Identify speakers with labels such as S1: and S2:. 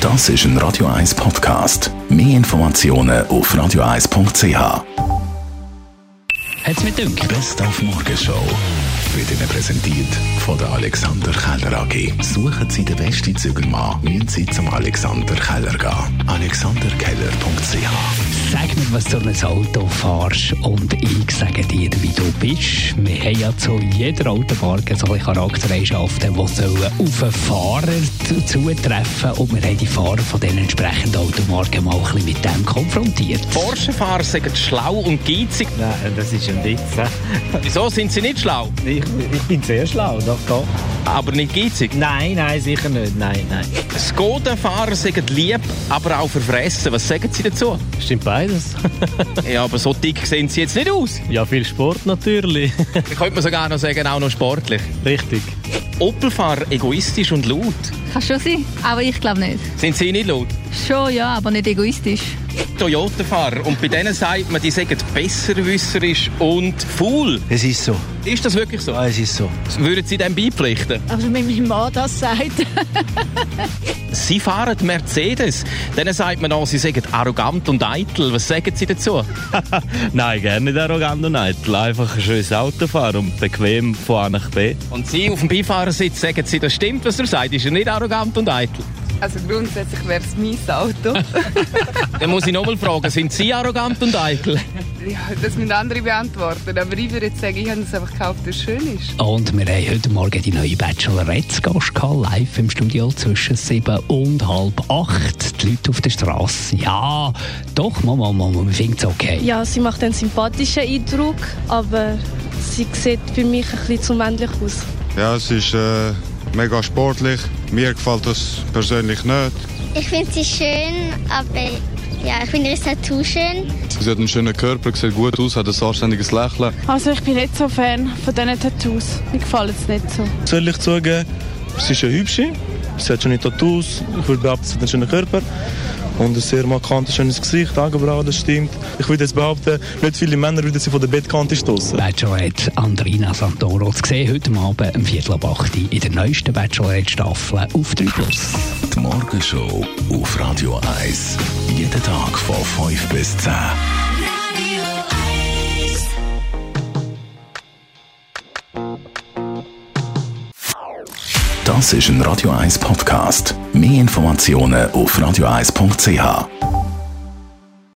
S1: Das ist ein Radio 1 Podcast. Mehr Informationen auf radio1.ch.
S2: Hat's mit Dünkel?
S1: Best auf Morgenshow wird Ihnen präsentiert von der Alexander Keller AG. Suchen Sie den besten Zügelmann, müssen Sie zum Alexander Keller gehen. AlexanderKeller.ch
S2: Sag mir, was du in ein Auto fährst und ich sage dir, wie du bist. Wir haben ja zu jeder Automarke solche Charaktereigenschaften, die sollen auf einen Fahrer zu- zutreffen und wir haben die Fahrer von den entsprechenden Automarken mal ein bisschen mit dem konfrontiert.
S3: Porsche-Fahrer sind schlau und geizig.
S4: Nein, Äh, das ist ein Witz. hä?
S3: Wieso sind sie nicht schlau,
S4: Ich, ich bin sehr schlau, doch, doch.
S3: aber nicht geizig?
S4: Nein, nein, sicher nicht. Nein, nein.
S3: Skoda-Fahrer sind lieb, aber auch verfressen. Was sagen Sie dazu?
S5: Stimmt beides.
S3: Ja, aber so dick sehen sie jetzt nicht aus.
S5: Ja, viel Sport natürlich.
S3: Da könnte man sogar noch sagen, auch noch sportlich.
S5: Richtig.
S3: Opel-Fahrer egoistisch und laut.
S6: Kann schon sein, aber ich glaube nicht.
S3: Sind sie nicht laut?
S6: Schon ja, aber nicht egoistisch.
S3: Toyota-Fahrer. Und bei denen sagt man, die sagen besserwisserisch und faul.
S7: Es ist so.
S3: Ist das wirklich so?
S7: Ja, es ist so.
S3: Würden Sie dem beipflichten?
S8: Also wenn mein Mann das sagt,
S3: Sie fahren Mercedes. Denen sagt man auch, sie seien arrogant und eitel. Was sagen Sie dazu?
S5: Nein, gerne nicht arrogant und eitel. Einfach ein schönes Auto fahren und bequem von A nach B.
S3: Und Sie auf dem Beifahrersitz sagen Sie, das stimmt, was er sagt, ist er nicht arrogant und eitel?
S9: Also grundsätzlich wäre es mein Auto.
S3: Dann muss ich nochmal fragen, sind Sie arrogant und eitel?
S9: ja, das müssen andere beantworten. Aber ich würde jetzt sagen, ich habe es einfach gekauft, weil es schön ist.
S2: Und wir haben heute Morgen die neue Bachelorette zu Gast gehabt, live im Studio zwischen 7 und halb 8. Die Leute auf der Straße. Ja, doch, mal, mal, mal, man findet es okay.
S8: ja, sie macht einen sympathischen Eindruck, aber sie sieht für mich ein bisschen zu männlich aus.
S10: Ja, es ist äh, mega sportlich. Mir gefällt das persönlich nicht.
S11: Ich finde sie schön, aber ja, ich finde ihr Tattoo schön.
S10: Sie hat einen schönen Körper, sieht gut aus, hat ein anständiges Lächeln.
S8: Also ich bin nicht so Fan von diesen Tattoos. Mir gefällt es nicht so.
S5: Soll ich sagen, sie ist eine hübsche. Sie hat schöne Tattoos. Ich würde behaupten, sie hat einen schönen Körper. Und ein sehr markantes, schönes Gesicht, Augenbrauen, das stimmt. Ich würde jetzt behaupten, nicht viele Männer würden sie von der Bettkante stoßen.
S2: Bachelorette Andrina Santoro zu sehen heute Abend um Viertel ab 8 Uhr in der neuesten Bachelorette-Staffel auf 3 Plus.
S1: Die Morgenshow auf Radio 1. Jeden Tag von 5 bis 10. Das ist ein Radio 1 Podcast. Mehr Informationen auf radio1.ch.